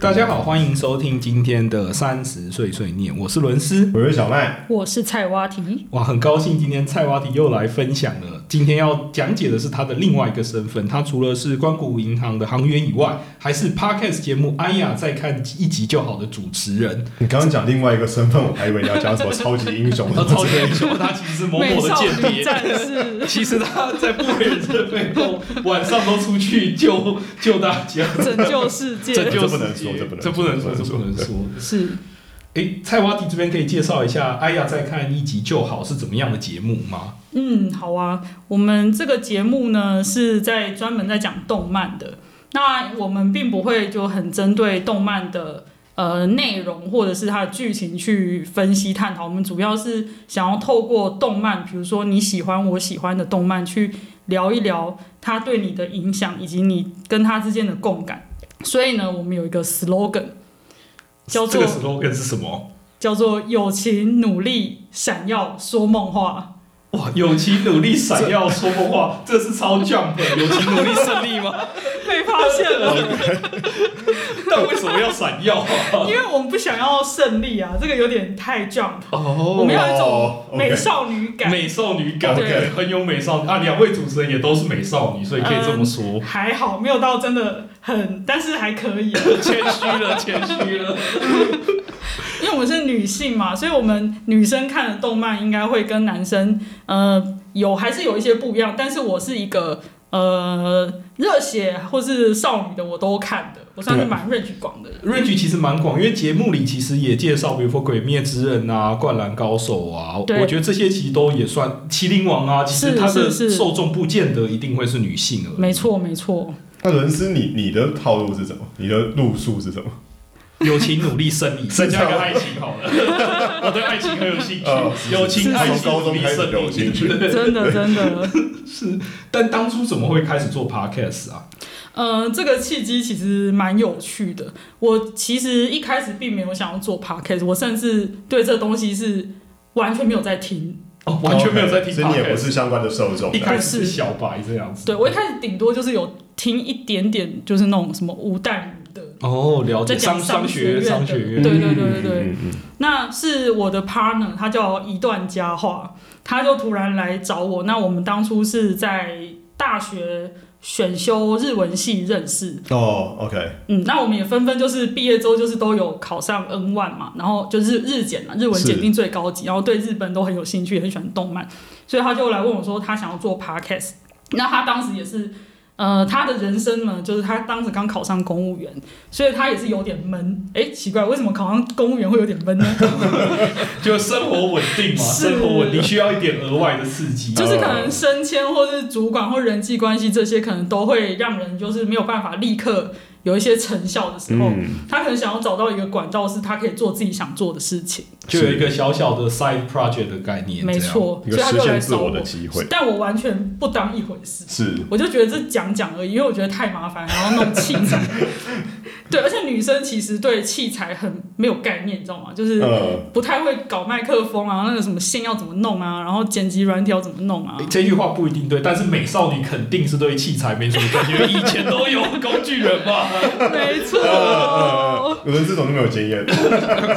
大家好，欢迎收听今天的三十岁碎念，我是伦斯。我是小麦，我是菜蛙提，哇，很高兴今天蔡瓦迪又来分享了。今天要讲解的是他的另外一个身份，他除了是关谷银行的行员以外，还是 Podcast 节目《哎呀再看一集就好》的主持人。你刚刚讲另外一个身份，我还以为你要讲什么超级英雄然后哦超级英雄，他其实是某美某的少间女谍。战士，其实他在不为人知的背后，晚上都出去救救大家，拯救 世拯界救这不能世界说这不能这不能说，说这不能说。是诶，蔡瓦迪这边可以介绍一下《哎呀再看一集就好》是怎么样的节目吗？嗯，好啊。我们这个节目呢是在专门在讲动漫的，那我们并不会就很针对动漫的呃内容或者是它的剧情去分析探讨，我们主要是想要透过动漫，比如说你喜欢我喜欢的动漫，去聊一聊它对你的影响以及你跟它之间的共感。所以呢，我们有一个 slogan 叫这做个 slogan 是什么？叫做友情、努力、闪耀、说梦话。哇，友情努力闪耀说梦话，这是超 jump 的。友情努力胜利吗？ 被发现了，但为什么要闪耀啊？ 因为我们不想要胜利啊，这个有点太 jump，、我哦们要一种 OK 美少女感，美少女感，对很有美少女啊！两位主持人也都是美少女，所以可以这么说。还好没有到真的很，但是还可以啊， 谦虚了，谦虚了。因为我们是女性嘛，所以我们女生看的动漫应该会跟男生呃有还是有一些不一样，但是我是一个呃热血或是少女的我都看的，我算是蛮 range 广的人。 range 其实蛮广，因为节目里其实也介绍，比如说《鬼灭之刃》啊，《灌篮高手》啊，对我觉得这些其实都也算《麒麟王》啊，其实是它的是是受众不见得一定会是女性而已。没错，没错。那伦斯，你你的套路是什么？你的路数是什么？友情努力胜 利，剩剩下下的个爱情好 了。我对爱情很呃有兴趣哦，友情、爱从情、高努中力开始胜就有兴利。趣。真的真的，是，但当初怎么会开始做 podcast 啊？呃，这个契机其实蛮有趣的。我其实一开始并没有想要做 podcast，我甚至对这东西是完全没有在听。哦， 完全没有在听 OK，所以你也不 podcast，是相关的受众一。开始是是小白这样子。对我一开始顶多就是有听一点点，就是那种什么吴淡如的。哦，了解在商讲商学商商学学院院的对对对对对嗯，嗯嗯那是我的 partner，他叫一段佳话，他就突然来找我。那我们当初是在大学选修日文系认识，哦，OK，嗯，那我们也纷纷就是毕业之后就是都有考上 N 1嘛，然后就是日检嘛，日文检定最高级，然后对日本都很有兴趣，也很喜欢动漫，所以他就来问我说他想要做 podcast。那他当时也是，呃，他的人生呢，就是他当时刚考上公务员，所以他也是有点闷。哎，奇怪，为什么考上公务员会有点闷呢？就生活稳定嘛，是生活稳定需要一点额外的刺激。就是可能升迁或是主管或人际关系这些，可能都会让人就是没有办法立刻有一些成效的时候，嗯，他可能想要找到一个管道，是他可以做自己想做的事情。就有一个小小的 side project 的概念，没错，一所个以他实就来现自找我我的机会但我完全不当一回事，是我就觉得这讲讲而已，因为我觉得太麻烦，然后弄器材。 对，而且女生其实对器材很没有概念，你知道吗？就是呃，不太会搞麦克风啊，那个什么线要怎么弄啊，然后剪辑软体要怎么弄啊这样。诶。这句话不一定对，但是美少女肯定是对器材没什么感觉，以前都有工具人 嘛，哎 没嗯错，呃伦斯总是没有经验，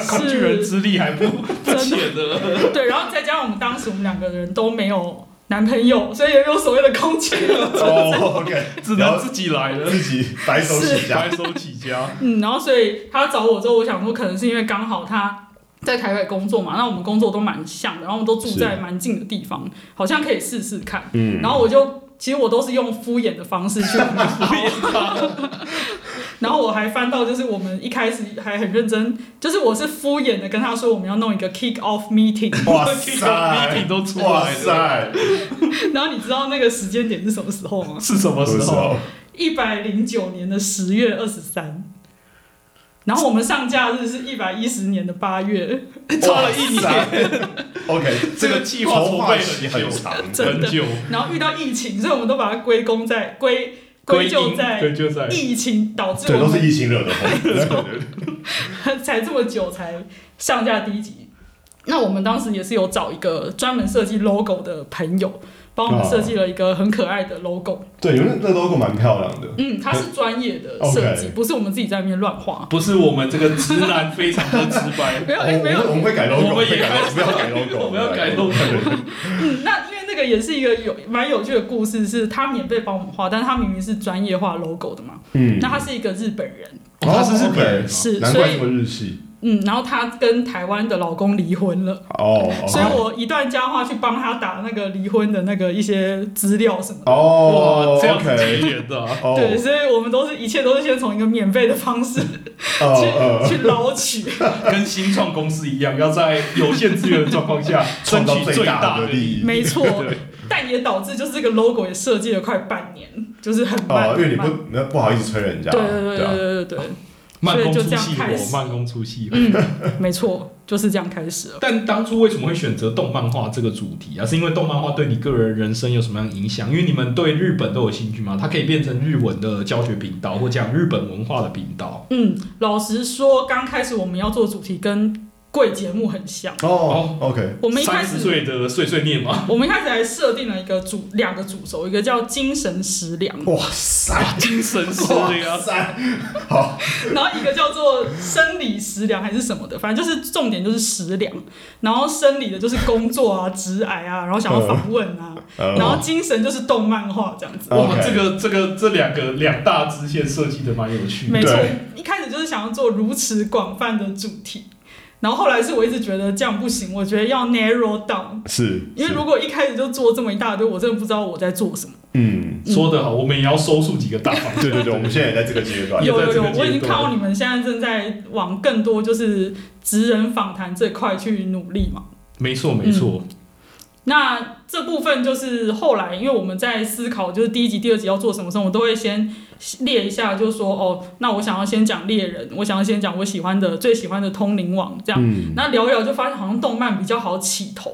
工具人是，之力还 不不浅 的。嗯对，然后再加上我们当时我们两个人都没有男朋友，所以也没有所谓的空气。哦，OK， 只能自己来了，自己白手起家， 白手起家。嗯，然后所以他找我之后，我想说可能是因为刚好他在台北工作嘛，那我们工作都蛮像的，然后我们都住在蛮近的地方，好像可以试试看。嗯然后我就其实我都是用敷衍的方式去敷衍他，然后我还翻到就是我们一开始还很认真，就是我是敷衍的跟他说我们要弄一个 kick off meeting， 哇媒塞体，都出哇来了，塞，然后你知道那个时间点是什么时候吗？是什么时不是候哦？一百零九年的十月二十三。然后我们上架日是一百一十年的八月，哎差了一哇年，塞，OK，这个计划筹备期很很久，长，真很的久，然后遇到疫情，所以我们都把它归功在归归归因咎在归咎在疫情导致对，我都们是疫情惹的祸，对对对 才这么久才上架第一集。那我们当时也是有找一个专门设计 logo 的朋友，帮我们设计了一个很可爱的 logo。对，有那那 logo 蛮漂亮的，嗯，他是专业的设计， OK 不是我们自己在那边乱画。。不是我们这个直男非常的直 白没有，哎、哦没有我们我们会改 logo，我们也会改 logo，不要改 logo，我们要改 logo 嗯， 那因为那个也是一个有蛮有趣的故事，是他免费帮我们画，但是他明明是专业画 logo 的嘛。嗯那，他是一个日本人，哦他是日本人哦吗，是难所怪以这么日系嗯，然后他跟台湾的老公离婚了，哦。哦所以我一段佳话去帮他打那个离婚的那个一些资料什么的。哦哇，这样子，OK，结缘的啊、哦，对，所以我们都是一切都是先从一个免费的 方式去、呃去捞取， 跟新创公司一样，要在有限资源的状况下 创争造取最大大的利益没错对。但也导致就是这个 logo 也设计了快半年，就是很慢。哦，因为你很慢不那不好意思催人家，对对对啊，对对对对，慢工出所以就这细样开活，始慢工出细活。 嗯，没错，就是这样开始了。但当初为什么会选择动漫画这个主题啊？是因为动漫画对你个人人生有什么样的影响？因为你们对日本都有兴趣吗？它可以变成日文的教学频道，或讲日本文化的频道。嗯，老实说，刚开始我们要做主题跟贵节目很像，哦，OK，我们一开三始十岁的碎碎念 嘛，我们一开始还设定了一个主两个主轴，一个叫精神食粮，哇塞，精神失哇啊，塞， 然后一个叫做生理食粮还是什么的，反正就是重点就是食粮。然后生理的就是工作啊、职癌啊，然后想要访问啊，嗯呃然后精神就是动漫画这样子。哇 OK 这个这个这两个两大支线设计的蛮有趣的没。错对，一开始就是想要做如此广泛的主题，然后后来是我一直觉得这样不行，我觉得要 narrow down，是，因为是如果一开始就做这么一大堆，我真的不知道我在做什么。嗯，说得好，我们也要收束几个大方向。对对对，我们现在也在这个阶段，有哦也在有这有个，我已阶经段看到你们现在正在往更多就是职人访谈这块去努力嘛。没错没错，那这部分就是后来，因为我们在思考就是第一集、第二集要做什么时候，我都会先列一下，就说哦，那我想要先讲猎人，我想要先讲我喜欢的、最喜欢的通灵王这样。嗯那聊一聊就发现好像动漫比较好起头，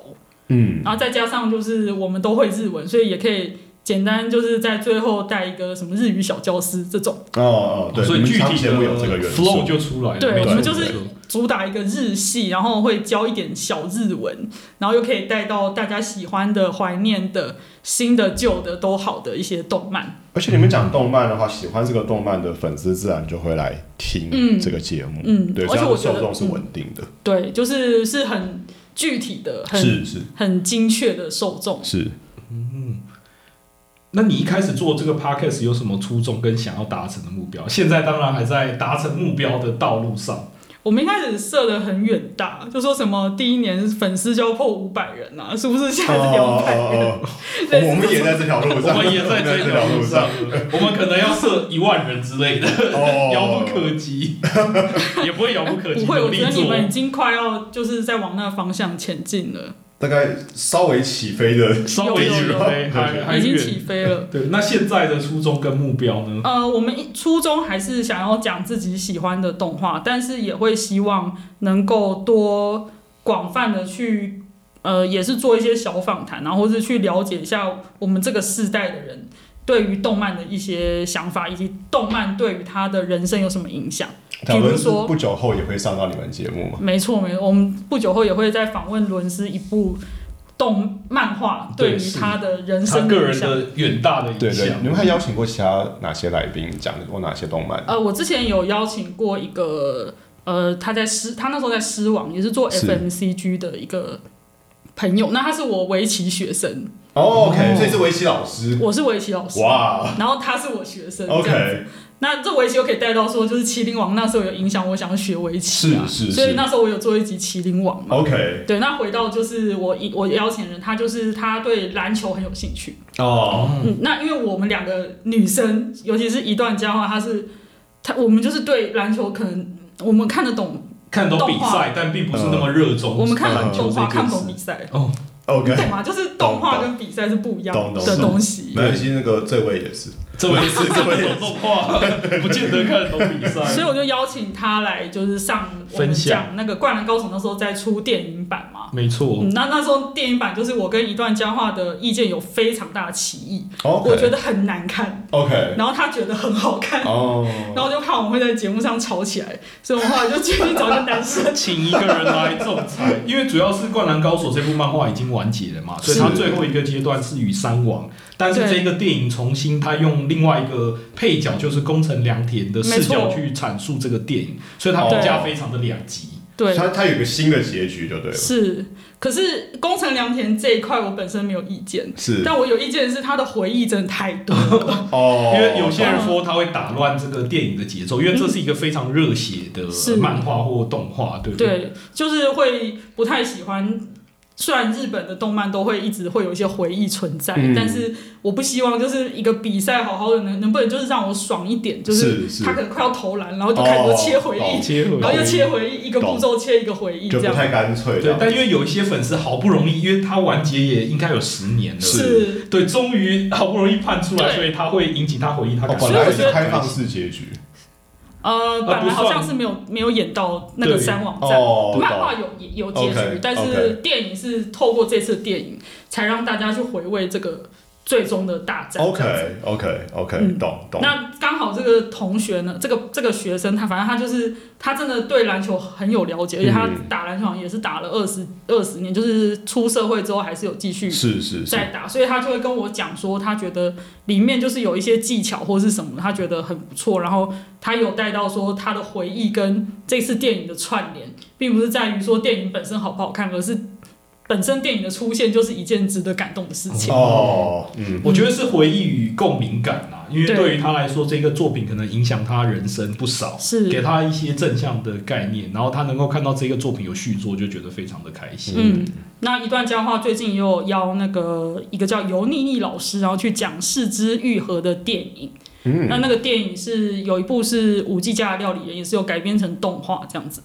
嗯，然后再加上就是我们都会日文，所以也可以简单就是在最后带一个什么日语小教师这种，哦哦，对，所以你们具常体节的目有这个元素 flow 就出来了。对没错我们就是没错主打一个日系，然后会教一点小日文，然后又可以带到大家喜欢的、怀念的、新的、旧的都好的一些动漫。而且你们讲动漫的话，喜欢这个动漫的粉丝自然就会来听嗯这个节目，嗯对，而且这样我的觉得受众是稳定的，对，就是是很具体的、很是是很精确的受众。是，那你一开始做这个 podcast 有什么初衷跟想要达成的目标？现在当然还在达成目标的道路上，我们一开始设的很远大，就说什么第一年粉丝就要破五百人啊，是不是现在是两百人？哦，类似我们也在这条路我上，们也在这条路上，我们可能要设一万人之类的，哦，遥不可 及，也不会遥不可及，不会，努我力觉得你做。们已经快要就是在往那个方向前进了，大概稍微起飞的，稍微有有有远还还已经远。起飞了。对，那现在的初衷跟目标呢？呃，我们一初衷还是想要讲自己喜欢的动画，但是也会希望能够多广泛的去，呃，也是做一些小访谈，然后或是去了解一下我们这个世代的人对于动漫的一些想法，以及动漫对于他的人生有什么影响。比讨如论是说不久后也会上到你们节目嘛，没错，没错，我们不久后也会再访问伦斯一部动漫画对对于是他的人他生个的影人响。的远大的影对对响，你。们还邀请过其他哪些来宾讲过哪些动漫？呃，我之前有邀请过一个，呃，他在狮，他那时候在狮网，也是做是 FMCG 的一个朋友。那他是我围棋学生，哦哦，OK，所以是围棋老师，我是围棋老师，哇然后他是我学生。这样子，OK，那这围棋又可以带到说，就是麒麟王那时候有影响我想要学围棋啊，是是所以是那时候我有做一集麒麟王嘛。 OK，对，那回到就是我一我邀请的人，他就是他对篮球很有兴趣。哦，嗯，那因为我们两个女生，尤其是一段佳话，她是她，我们就是对篮球可能我们看得懂，看懂比赛，但并不是那么热衷。我们看篮懂球动这件画，事看不懂比赛，哦，你 OK，嗯懂吗？就是动画跟比赛是不一样懂懂的懂东西。没关系，那个这位也是，这回是这回是动画，不见得看得懂比所赛。以我就邀请他来，就是上我们分享哦讲那个《灌篮高手》那时候在出电影版嘛。没错，。嗯，那那时候电影版就是我跟一段佳话的意见有非常大的歧义，我觉，OK 得很难看， OK，然后他觉得很好看，哦，然后就怕我们会在节目上吵起来，所以我们后来就决定找一个男生请一个人来仲裁，因为主要是《灌篮高手》这部漫画已经完结了嘛，所以它是最后一个阶段是与山王。但是这个电影重新，他用另外一个配角，就是宫城良田的视角没错去阐述这个电影，所以它评价非常的两极。对，他他有个新的结局就对了，是。可是宫城良田这一块我本身没有意见，是但我有意见的是他的回忆真的太 多了。哦，因为有些人说他会打乱这个电影的节奏，因为这是一个非常热血的是漫画或动画，对不对？对，就是会不太喜欢。虽然日本的动漫都会一直会有一些回忆存在，嗯但是我不希望就是一个比赛好好的能能不能就是让我爽一点，就是是是他可能快要投篮，然后就开始哦切回忆，哦切回然后又切回忆，一个步骤切一个回忆就这不样。太干脆对的，，但因为有一些粉丝好不容易，因为他完结也应该有十年了，是，对，终于好不容易判出来，对所以他会引起他回忆，他哦感本觉来到是开放式结局呃，本不来好算像是没有没有演到那个对三网站，哦，漫懂画有有结局 OK，但是 OK 电影是透过这次的电影，才让大家去回味这个最终的大战。这样子 OK OK 嗯 OK，懂懂，那刚好这个同学呢，这个这个学生他反正他就是他真的对篮球很有了解，而且他嗯打篮球好像也是打了二十二十年，就是出社会之后还是有继续是是是在打，所以他就会跟我讲说，他觉得里面就是有一些技巧或是什么，他觉得很不错。然后他有带到说他的回忆跟这次电影的串联，并不是在于说电影本身好不好看，而是本身电影的出现就是一件值得感动的事情。哦，嗯，我觉得是回忆与共鸣感啊，因为对对于他来说，这个作品可能影响他人生不少，给是，他一些正向的概念，然后他能够看到这个作品有续作，就觉得非常的开心。嗯。那一段佳话最近也有邀那个一个叫尤妮妮老师，然后去讲《四肢愈合》的电影。嗯那那个电影是有一部是《五 G 家的料理人》，也是有改编成动画这样子。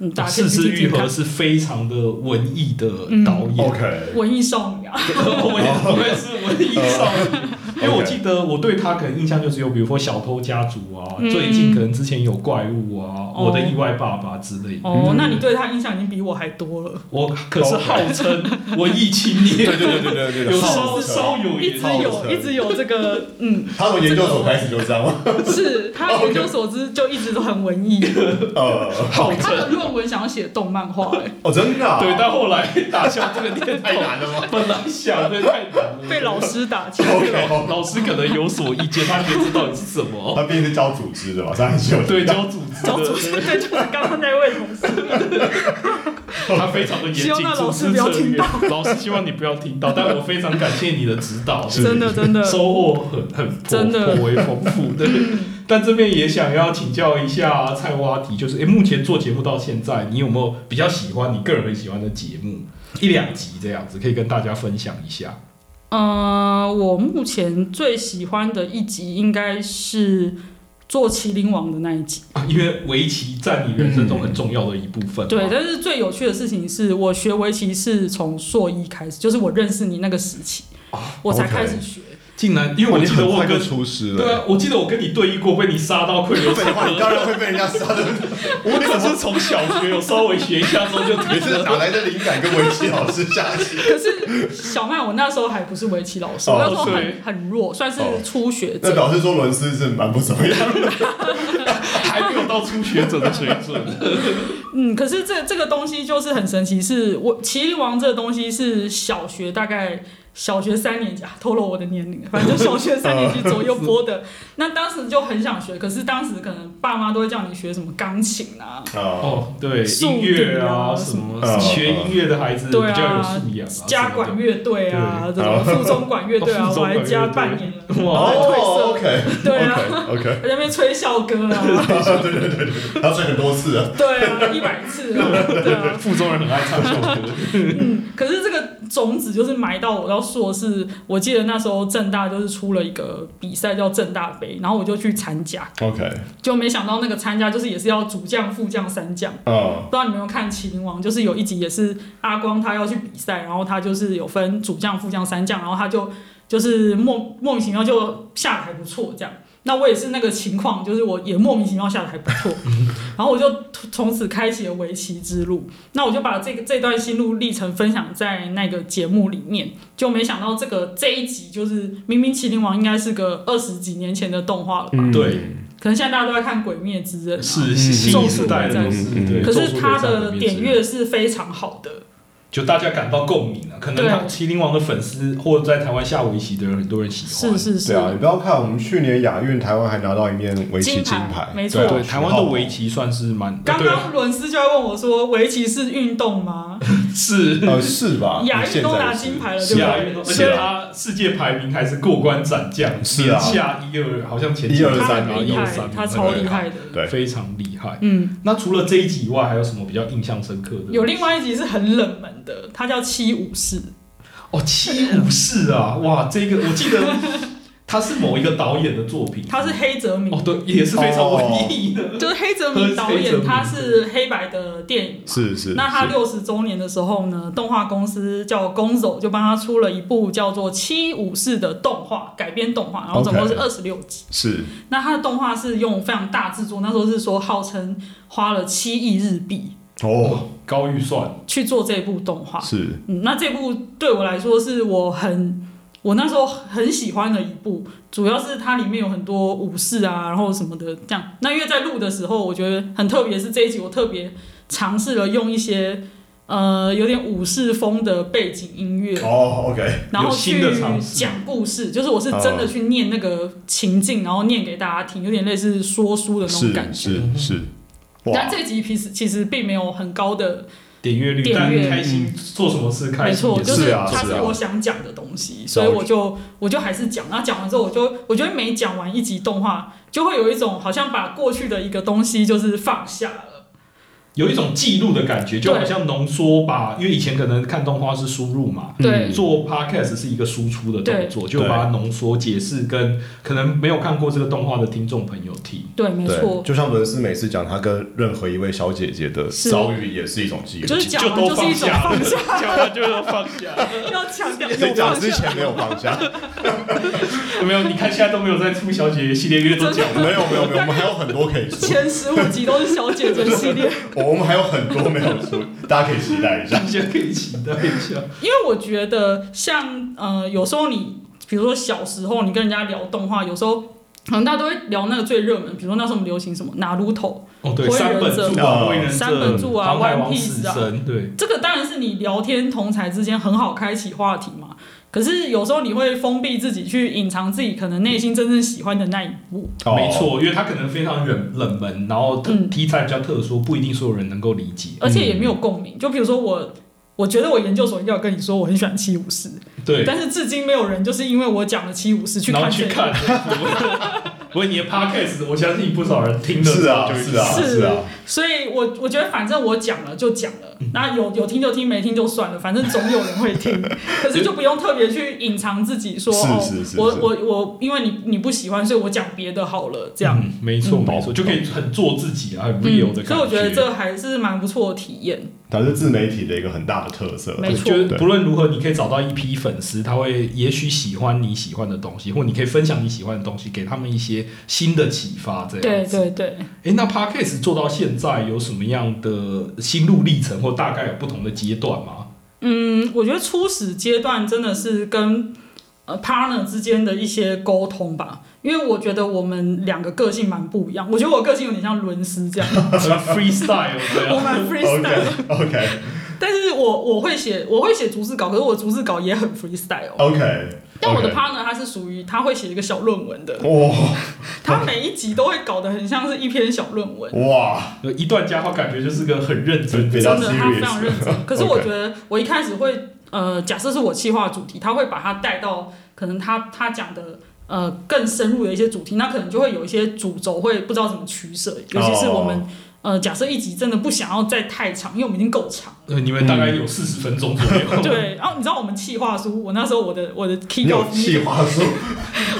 嗯，大家可以啊四去肢听听愈看合是非常的文艺的嗯导演， OK，文艺少女 啊，我也我也是文艺少女，因为我记得我对他可能印象就只有比如说《小偷家族》啊，嗯最近可能之前有《怪物》啊，哦我的意外爸爸》之类的。哦，那你对他印象已经比我还多了，我可是号称文艺青对年，对对对对对，有对稍好稍有一直研究有一直有 这个，嗯，他从研究所开始就这样吗？是他哦研究所知就一直都很文艺， 呃，号他称的论文想要写动漫画、 欸，哦，真的啊，对，但后来打消这个念太头，难了吗 本来想的太难了，被老师打枪。 ？OK，老师可能有所意见，他觉得这到底是什么？他毕竟是教组织的嘛，上一期有 对，教，教组织小主的， 持人对，就是刚刚那位同事，他非常的严希谨，望那老组师织不要成听员到。 老师希望你不要听到，但我非常感谢你的指导，是真的真的，收获很很颇真的嗯颇为丰富。对，但这边也想要请教一下菜蛙题，就是诶，目前做节目到现在，你有没有比较喜欢你个人很喜欢的节目一两集这样子，可以跟大家分享一下？呃，我目前最喜欢的一集应该是做麒麟王的那一集。啊因为围棋占你人生中很重要的一部分嘛。对，但是最有趣的事情是我学围棋是从硕一开始，就是我认识你那个时期，我才哦 OK 开始学。竟然因为我你记得很我快跟就出师对了。啊，我记得我跟你对弈过，被你杀到愧流废成话，你河。当然会被人家杀的。我可是从小学有稍微学一下之后就你是哪来的灵感跟围棋老师下棋？可是小曼，我那时候还不是围棋老师，哦我那时候很对很弱，算是初学 那者。表示说伦斯是蛮不怎么样。还没有到初学者的水准。嗯，可是这这个东西就是很神奇，是我麒麟王这个东西是小学大概小学三年级啊，透露我的年龄了，反正就小学三年级左右播的。那当时就很想学，可是当时可能爸妈都会叫你学什么钢琴啊，哦，哦，对，素音乐啊，质啊什么什么学音乐的孩子对啊比较有素养啊，加管乐队啊，这种附中管乐队啊，哦附中我管乐队还加半年了，什么的哇， 哦，OK，对啊， ，OK，OK，在那边吹校歌啊，他睡很多次啊。对啊，一百次啊，对啊，附中人很爱唱校歌，嗯，可是这个种子就是埋到我到硕士，我记得那时候正大就是出了一个比赛叫正大杯，然后我就去参加， OK，就没想到那个参加就是也是要主将、副将、三将。嗯不知道你们有没有看《麒麟王》，就是有一集也是阿光他要去比赛，然后他就是有分主将、副将、三将，然后他就 就是莫莫名其妙就下的还不错这样。那我也是那个情况，就是我也莫名其妙下的还不 错，然后我就从从此开启了围棋之路。那我就把这个这段心路历程分享在那个节目里面，就没想到这个这一集就是明明《麒麟王》应该是个二十几年前的动画了吧？嗯对，可能现在大家都在看《鬼灭之刃》啊，是嗯是新一咒世术代回的战东西嗯嗯，对。可咒是术它回战的里面哦点是阅是非常好的。就大家感到共鸣啊了、可能他对麒麟王的粉丝或者在台湾下围棋的人，很多人喜欢。是是是，对啊，你不要看我们去年亚运台湾还拿到一面围棋金金牌牌，没错对啊对，台湾的围棋算是蛮，刚对啊刚伦斯就在问我说：“围棋是运动吗是呃是吧？亚运现都在拿是金牌了是啊，对不对而且他世界排名还是过关斩将，是啊连下一二，好像前一？”二几名他三很然后厉一二害三，，啊啊他超厉，害的。对非常厉害。嗯，那除了这一集以外，还有什么比较印象深刻的？有另外一集是很冷门的，它叫《七武士》。哦，《七武士》啊，哇，这个我记得他是某一个导演的作品，他是黑泽明，哦，对，也是非常文艺的。就是黑泽明导黑泽演，明他是黑白的电影。是是。那他是六十周年的时候呢，动画公司叫宫手就帮他出了一部叫做《七武士》的动画改编动画，然后总共是二十六集。是那他的动画是用非常大制作，那时候是说号称花了七亿日币哦，哦，高预算，去做这部动画。是嗯，那这部对我来说是我很我那时候很喜欢的一部，主要是它里面有很多武士啊，然后什么的这样。那因为在录的时候，我觉得很特别，是这一集我特别尝试了用一些呃有点武士风的背景音乐。哦，OK，然后有新去的尝试嗯讲故事，就是我是真的去念那个情境，然后念给大家听，有点类似说书的那种感是觉。是是，但哇，这集其实其实并没有很高的点阅率，点但阅嗯开心做什么事开没心错，也就是是啊它是是啊我想讲的东西，是所啊以我就我就还是讲。那讲完之后，我就我觉得每讲完一集动画，就会有一种好像把过去的一个东西就是放下了。有一种记录的感觉，就对好像浓缩吧，因为以前可能看动画是输入嘛。对嗯做 podcast 是一个输出的动作，就把它浓缩解释跟可能没有看过这个动画的听众朋友听。对，没对，错，就像伦斯每次讲他跟任何一位小姐姐的是遭遇，也是一种记录。就是讲完就就都是一放种下放下，讲完就要放下， 要强调谁有讲放之下。前没有放下？没 有？你看现在都没有在出小姐姐系列，因为都 讲 没有没有没有，我们还有很多可以说， 前十五集都是小姐姐系列，我们还有很多没有说，大家可以期待一下。 大家可以期待一下。因为我觉得像呃，有时候你比如说小时候你跟人家聊动画，有时候可能大家都会聊那个最热门，比如说那时候我们流行什么《哪 u 头》。哦，对，火影三忍本者哦柱啊，火影忍者三本柱啊航海王 One 死 Piece 啊神，对，这个当然是你聊天同才之间很好开启话题嘛。可是有时候你会封闭自己，去隐藏自己可能内心真正喜欢的那一部。哦没，错，因为它可能非常冷冷门，然后嗯题材比较特殊，不一定所有人能够理解。而且也没有共鸣。就比如说我，我觉得我研究所应该有跟你说我很喜欢七武士，对，但是至今没有人就是因为我讲了七武士去然后看去这个。看。 不过你的 podcast，我相信不少人听了是啊就已经是啊是是啊，所以我我觉得反正我讲了就讲了，嗯那有有听就听，没听就算了，反正总有人会 听。可是就不用特别去隐藏自己说是哦是是，我是我我因为你你不喜欢，所以我讲别的好了，这样。嗯没错嗯没错，就可以很做自己啊，很 real 的感觉。所以我觉得这还是蛮不错的体验。它是自媒体的一个很大的特色。没错就是对不论如何，你可以找到一批粉丝，他会也许喜欢你喜欢的东西，或你可以分享你喜欢的东西，给他们一些新的启发。这样对子。对对，哎，那 podcast 做到现在有什么样的心路历程，或大概有不同的阶段吗？ 嗯，我觉得初始阶段真的是跟呃 partner 之间的一些沟通吧，因为我觉得我们两个个性蛮不一样。我觉得我个性有点像伦斯这样，呃 freestyle 啊这我样。蛮 freestyle， OK OK 但是我我会写我会写逐字稿，可是我逐字稿也很 freestyle 哦。 OK，但我的 partner 他是属于他会写一个小论文的，哇他每一集都会搞得很像是一篇小论文。哇，一段佳话感觉就是个很认真的比较真的，他非常 serious，认真。 可是我 OK 觉得，我一开始会，呃，假设是我企划主题，他会把它带到可能他他讲的呃更深入的一些主题，那可能就会有一些主轴会不知道怎么取舍，尤其是我们、哦呃假设一集真的不想要再太长，因为我们已经够长。呃，你们大概有四十分钟左 右。嗯对，然后你知道我们企划书，我那时候我的我的你 key 有企划 书，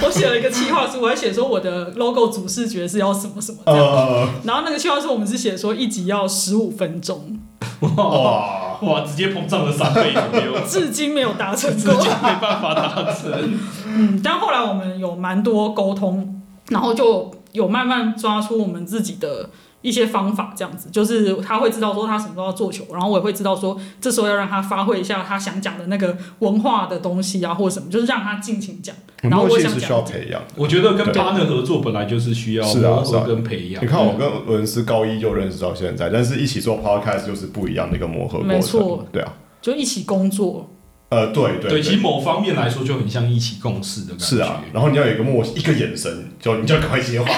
我写了一个企划书，我还写说我的 logo 主视觉是要什么什么这样。呃，然后那个企划书我们是写说一集要十五分钟，，哇哇， 哇，直接膨胀了三倍左右至今没有达成 直接过。没办法达成。嗯，但后来我们有蛮多沟通，然后就有慢慢抓出我们自己的一些方法，这样子，就是他会知道说他什么时候要做球，然后我也会知道说这时候要让他发挥一下他想讲的那个文化的东西啊，或者什么，就是让他尽情讲。然后默我契想是需要培养的。我觉得跟对 partner 合作本来就是需要是啊磨是合啊跟培养。你看，我跟文思高一就认识到现在，但是一起做 podcast 就是不一样的一个磨合没过错程。对啊，就一起工作，呃，对对对其实某方面来说就很像一起共事的感觉。是啊，然后你要有一个默契，一个眼神，就你就要赶快接 话，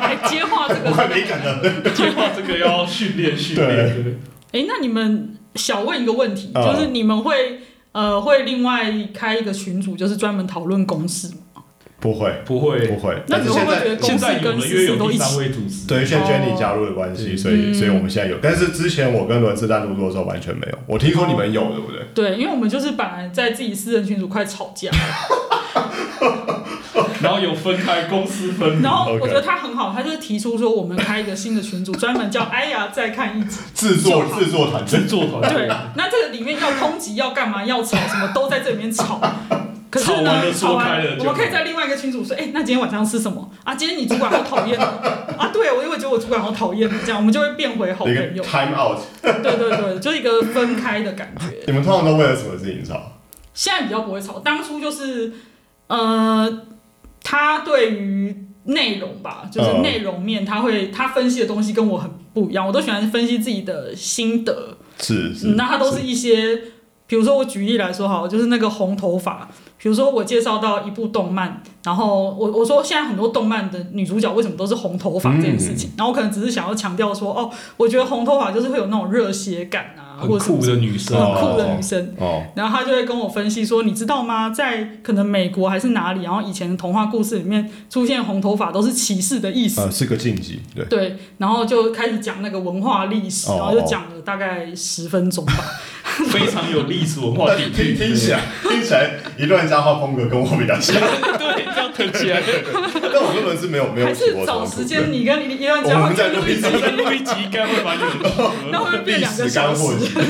哎，接话这 我个，快没敢了。接话这个要训练训练。对哎，那你们小问一个问题，嗯就是你们会呃会另外开一个群组，就是专门讨论公事吗？不会，不会不。会。那但你是会现不会在觉得公现司在有了，跟因为私事有都一第起三？位主持，对，选哦选你加入的关系，嗯所以嗯所以我们现在有，但是之前我跟轮次单独做的时候完全没有。我听说你们有，对不对？对，因为我们就是本来在自己私人群组快吵架，然后有分开公私分明然。后 OK 我觉得他很好，他就是提出说我们开一个新的群组，专门叫“哎呀再看一集制作就好制作团队制作”。团对队，，那这个里面要通缉，要干嘛，要吵什么都在这里面吵。可是吵完了呢，说吵开了完，就我们可以在另外一个群组说，哎、那今天晚上吃什么啊？今天你主管好 讨厌哦啊！对，我因为觉得我主管好讨厌，这样我们就会变回好一朋个友。 time out。对对对，就是一个分开的感觉。你们通常都为了什么事情吵？现在比较不会吵，当初就是，呃，他对于内容吧，就是嗯内容面，他会他分析的东西跟我很不一样，我都喜欢分析自己的心得，是是嗯，那他都是一些，比如说我举例来说好了，就是那个红头发，比如说我介绍到一部动漫，然后我我说现在很多动漫的女主角为什么都是红头发这件事情，然后我可能只是想要强调说，哦，我觉得红头发就是会有那种热血感啊，很或者什么酷的女生，很酷的女生。哦，然后他就会跟我分析说，你知道吗？在可能美国还是哪里，然后以前的童话故事里面出现红头发都是歧视的意思，呃，是个禁忌，对，对，然后就开始讲那个文化历史，哦然后就讲了大概十分钟吧。非常有历史文化底蕴。听听起来听起来一段家话风格跟我比较 像， 对，这样听 起来，但我跟轮次没有没有还起是过找冲突时间，你跟一段我讲，们在录 音这个录一集应该会蛮有趣 那的，会变历两个史小干时货，，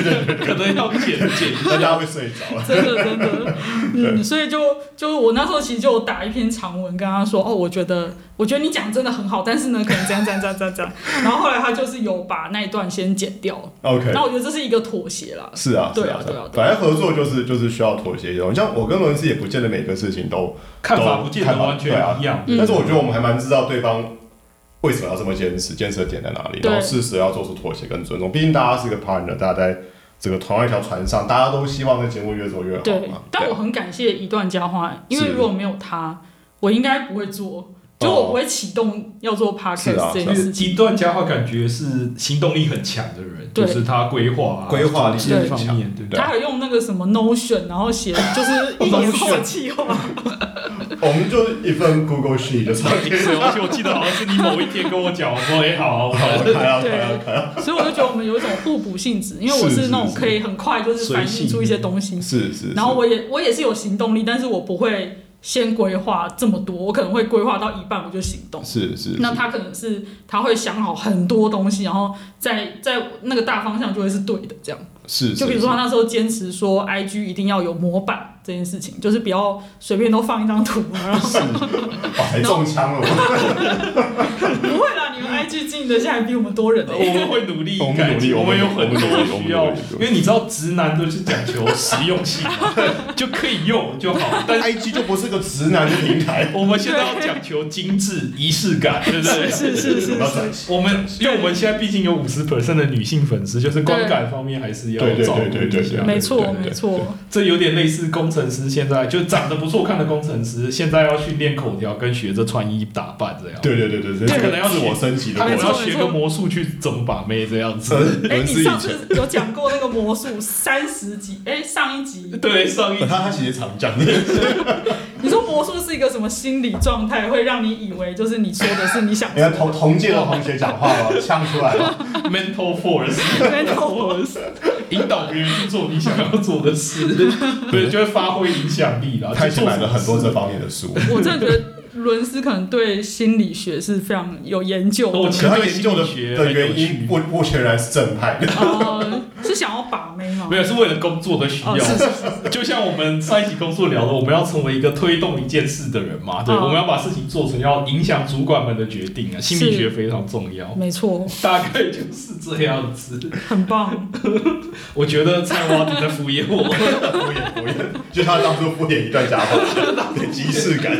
可能要剪剪 一大下。家会睡着。真的真的， 嗯，所以就就我那时候其实就有打一篇长文跟他说，哦，我觉得我觉得你讲得真的很好，但是呢，可能这样这样这样这样这样，然后后来他就是有把那一段先剪掉， OK，那我觉得这是一个妥协啦，是啊，对是啊啊，对啊对反啊正合作就是就是需要妥协一种，像我跟伦斯也不见得每个事情都，看法不见得完全一样，嗯啊但是我觉得我们还蛮知道对方为什么要这么坚持，坚持的点在哪里，对然后适时要做出妥协跟尊重，毕竟大家是个 partner，大家在这个同样一条船上，大家都希望这节目越做越好对嘛。，但对我啊很感谢一段佳话，因为是如果没有他，我应该不会做，就我不会启动要做哦是啊 podcast 这就件是事情。极端佳话，感觉是行动力很强的人，对就是他规划啊、规划力这很方面，对不啊对？他还用那个什么 Notion，然后 写就是一年后的计划，我们就是一份 Google Sheet 就 上去，而 且我记得好像是你某一天跟我讲，我说哎好，好我看啊对看啊看啊，所以我就觉得我们有一种互补性质，因为我是是那种是是可以很快就是随反映性出一些东西，是是，然后是我也我也是有行动力，但是我不会先规划这么多，我可能会规划到一半我就行动。是是，那是他可能是他会想好很多东西，然后在在那个大方向就会是对的，这样。是，就比如是说他那时候坚持说，I G 一定要有模板这件事情，就是不要随便都放一张图啊，然后哇，哦还中枪了，不会啦，你 们 I G 经营的现在比我们多人呢、欸们会努力哦我们改努力进，我我们们有我很们努力我多们需要努力，因为你知道直男都是讲求实用性 嘛，就可以用就好，但但 IG 就不是个直男的平台，我们现在要讲求精致、仪式感，对不对？是 是我是们 要转型。我们因为我们现在毕竟有五十 percent 的女性粉丝，就是观感方面还是要对对对照顾对对一对下。没错对对没错，这有点类似工程师，现在就长得不错看的工程师，现在要训练口条跟学着穿衣打扮这样。，对对对对对，这可能要自我升级的他过可能程。要学个魔术去怎么把妹这样子。哎、伦你斯以上前，次有讲过那个魔术三十集，哎、上一集对，上 一集他他其实常讲这件事，你说魔术是一个什么心理状态，会让你以为就是你说的是 你想你看同同届的同学讲话了，呛出来哦了， mental force 没有 force 引导别人去做你想要做的事，对，就会发挥影响力啦。 他以前买了了很多这方面的书，我真的觉得伦斯可能对心理学是非常有研究的哦， 可他研究的的原因不不全然是正派的， 哦，是想要把妹吗？没有，是为了工作的需要。哦，是是就像我们上一期工作聊的，我们要成为一个推动一件事的人嘛，对，哦我们要把事情做成，要影响主管们的决定啊，心理学非常重要，没错，大概就是这样子。很 棒。我觉得菜花你在敷衍我， 敷衍敷衍，就他当初敷衍一段佳话的即视 感。啊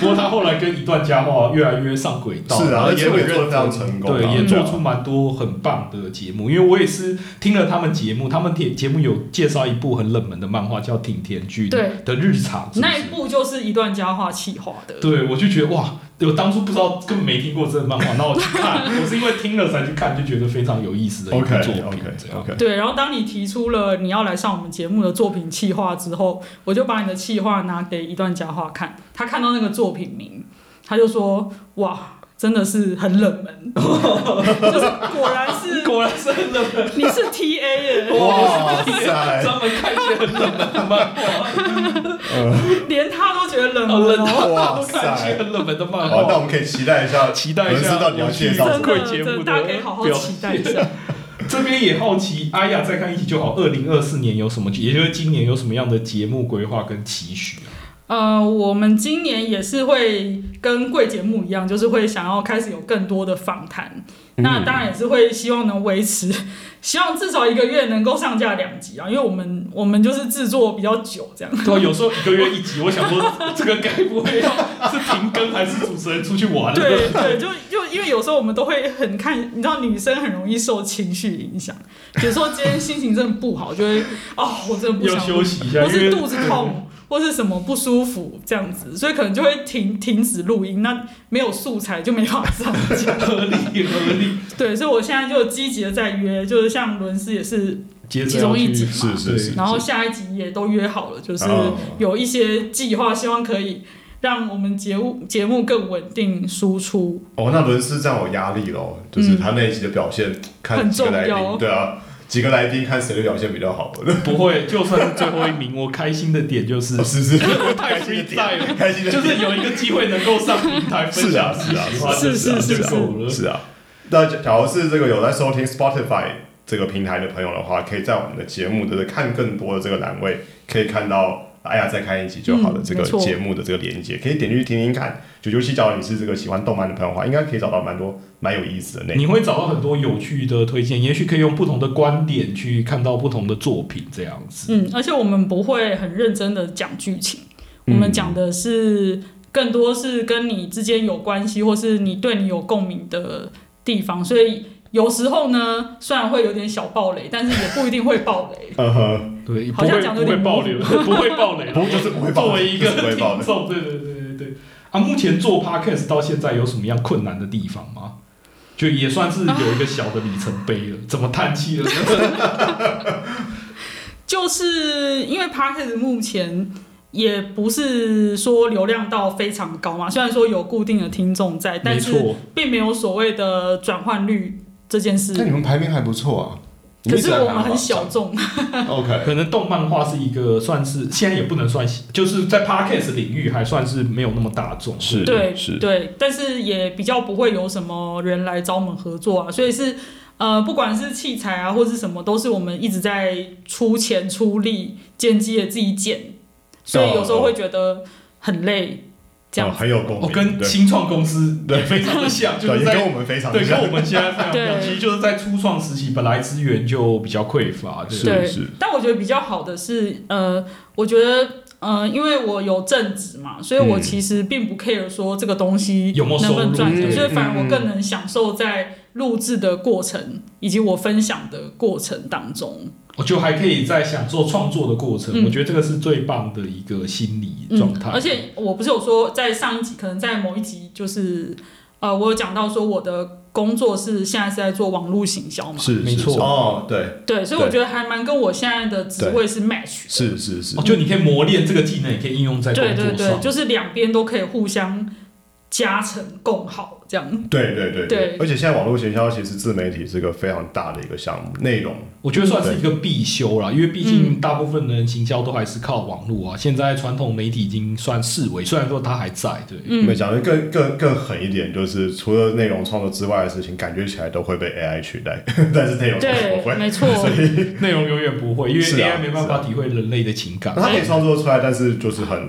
不过他后来跟一段佳话越来越上轨道，是啊然后而且也我也很做得非常认真成功啊对，也嗯对做啊出蛮多很棒的节目。因为我也是听了他们节目，他们节节目有介绍一部很冷门的漫画叫《挺田君》对的日常，是不那是一部就是一段佳话企划的，对，我就觉得哇，我当初不知道，根本没听过这个漫画，然后我去看，我是因为听了才去看，就觉得非常有意思的一部 OK 作 OK 品。这样 OK，对，然后当你提出了你要来上我们节目的作品企划之后，我就把你的企划拿给一段佳话看，他看到那个作品名，他就说：“哇，真的是很 冷门，就是果然是果然是很冷门，哦你是 TA 耶、哇 塞， 专门看一些很冷门的漫画，连他都觉得冷好门冷哦。到哇都看一些塞很冷门的漫好，那我画。们可以期待一下，期待一伦下，斯到底要介绍什真么？贵的，节真目的，的大家可以好好表期待一下。这边也好奇，哎呀，再看一起就好。二零二四年有什么，也就是今年有什么样的节目规划跟期许啊？呃，我们今年也是会跟贵节目一样，就是会想要开始有更多的访谈。嗯那当然也是会希望能维持， 希望至少一个月能够上架两集啊，因为我们我们就是制作比较久 这样。对，啊有时候一个月一集，我想说这个该不会要是停更，还是主持人出去玩了？对对，就就因为有时候我们都会很看，你知道女生很容易受情绪影响，比如说今天心情真的不好，就会哦，我真的不要想休息一下，或因为是肚子痛，或是什么不舒服这样子，所以可能就会停停止录音，那没有素材就没办法上架。 合理合理。对，所以我现在就积极的在约，就是像伦斯也是，接着要去其中一集嘛是是是，然后下一集也都约好了，就是哦有一些计划，希望可以让我们节目节目更稳定输出。哦，那伦斯这样有压力咯，就是他那一集的表现，看几个来嗯很重要宾，对啊，几个来宾看谁的表现比较好， 不会，就算是最后一名，我开心的点就是 是是是，太 freestyle 了，开心的 就点啊是有一个机会能够上平台分享自己喜欢的是啊事是啊情是啊就够了。是啊，那假假如是这个有在收听 Spotify 这个平台的朋友的话，可以在我们的节目的看更多的这个栏位，可以看到。哎呀，再看一集就好了。嗯这个没错节目的这个连接，可以点进去听听看。就尤其假如你是这个喜欢动漫的朋友的话，应该可以找到蛮多蛮有意思的内容。你会找到很多有趣的推荐，也许可以用不同的观点去看到不同的作品，这样子。嗯，而且我们不会很认真的讲剧情，我嗯。们讲的是更多是跟你之间有关系，或是你对你有共鸣的地方，所以。有时候呢，虽然会有点小暴雷，但是也不一定会暴雷 嗯哼，对，不好像会讲不得有会点爆雷，不会爆雷。不就是不会爆作为一个就是不会听爆的。众，对对对对对。啊，目前做 podcast 到现在有什么样困难的地方吗？就也算是有一个小的里程碑了，怎么叹气了 呢？就是因为 p a r k e t 目前也不是说流量到非常高嘛，虽然说有固定的听众在，没但是错，并没有所谓的转换率这件事。们排名还不错啊。哎你可们一直是在我排行们很榜小上。众， OK，可能动漫画是一个算是现在也不能算，就是在 podcast 领域还算是没有那么大众。是对是对，但是也比较不会有什么人来找我们合作啊，所以是呃，不管是器材啊或是什么，都是我们一直在出钱出力，剪辑也自己剪，所以有时候会觉得很累，这样哦，很有共我、鸣。跟对新创公司也非常的像，就对，是也跟在我们非常对像跟我们现在非 常像，对其实就是在初创时期本来资源就比较匮乏，对对是，但我觉得比较好的是，呃，我觉得，呃，因为我有正职嘛，所以我嗯其实并不 care 说这个东西有没有能不收能入赚钱，嗯所以反而嗯我更能享受在录制的过程以及我分享的过程当中。我就还可以在享受创作的过程，嗯我觉得这个是最棒的一个心理状嗯态、，而且我不是有说在上一集，可能在某一集就是，呃，我有讲到说我的工作是现在是在做网络行销嘛，是没错是哦，对，对，所以我对觉得还蛮跟我现在的职对位是 match 的。是是是哦哦，就你可以磨练这个技能，也可以应用在工对对作对，上。就是两边都可以互相加成共好这哦样。对对对对而且现在网络行销其实自媒体是个非常大的一个项目，内容我觉得算是一个必修啦，因为毕竟大部分人行销都还是靠网络啊。现在传统媒体已经算式微，虽然说它还在，对，我们嗯，讲的更更更狠一点，就是除了内容创作之外的事情，感觉起来都会被 AI 取代， 但是内容创作对，会。没错，内容永远不会，因为是啊 AI 没办法体会人类的情感，哎它可以创作出来，但是就是很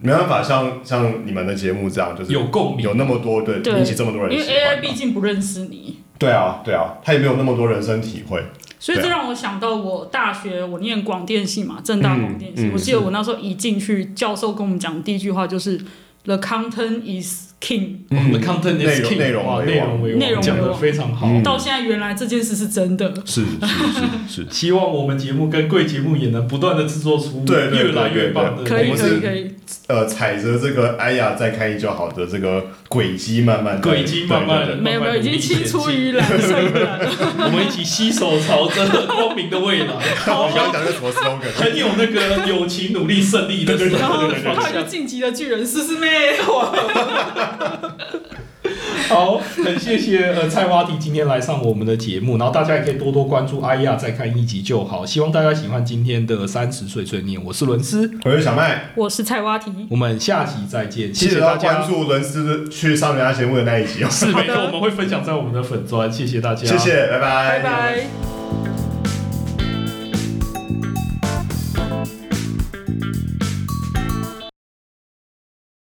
没办法像像你们的节目这样，就是有共鸣哦有。那么多对对引起这么多人因为喜欢 AI 吧。毕竟不认识你，对啊对啊，他也没有那么多人生体会。所以对啊这让我想到我大学我念广电系嘛，正大广电系，嗯嗯我记得我那时候一进去，教授跟我们讲的第一句话就是。The content is king。我们 content 内 is 容 king，内容哇为内王容为内容为王，讲的王非常好。。嗯到现在，原来这件事是真的。是是是是希望我们节目跟贵节目也能不断的制作出对对对越来越棒的可内以，我容们是可以，可以。呃，踩着这个哎呀再开一就好的这个轨迹慢慢地轨迹慢慢对对对没有没有，已经青出 于蓝胜于蓝。我们一起携手朝着光明的未来， 我刚刚讲的什么 slogan？很有那个友情、努力、胜利的那然后个然后方你就向。晋级了巨人四四妹，哇！好，很谢谢呃菜花弟今天来上我们的节目，然后大家也可以多多关注哎呀，再看一集就好。希望大家喜欢今天的三十岁碎念，我是伦斯，我是小麦。我是菜蛙提，我们下集再见，谢记谢得大要家关。注伦斯去上人家节目的那一集哦。是没好错，的我们会分享在我们的粉砖，谢谢大家，谢谢，拜拜，拜拜。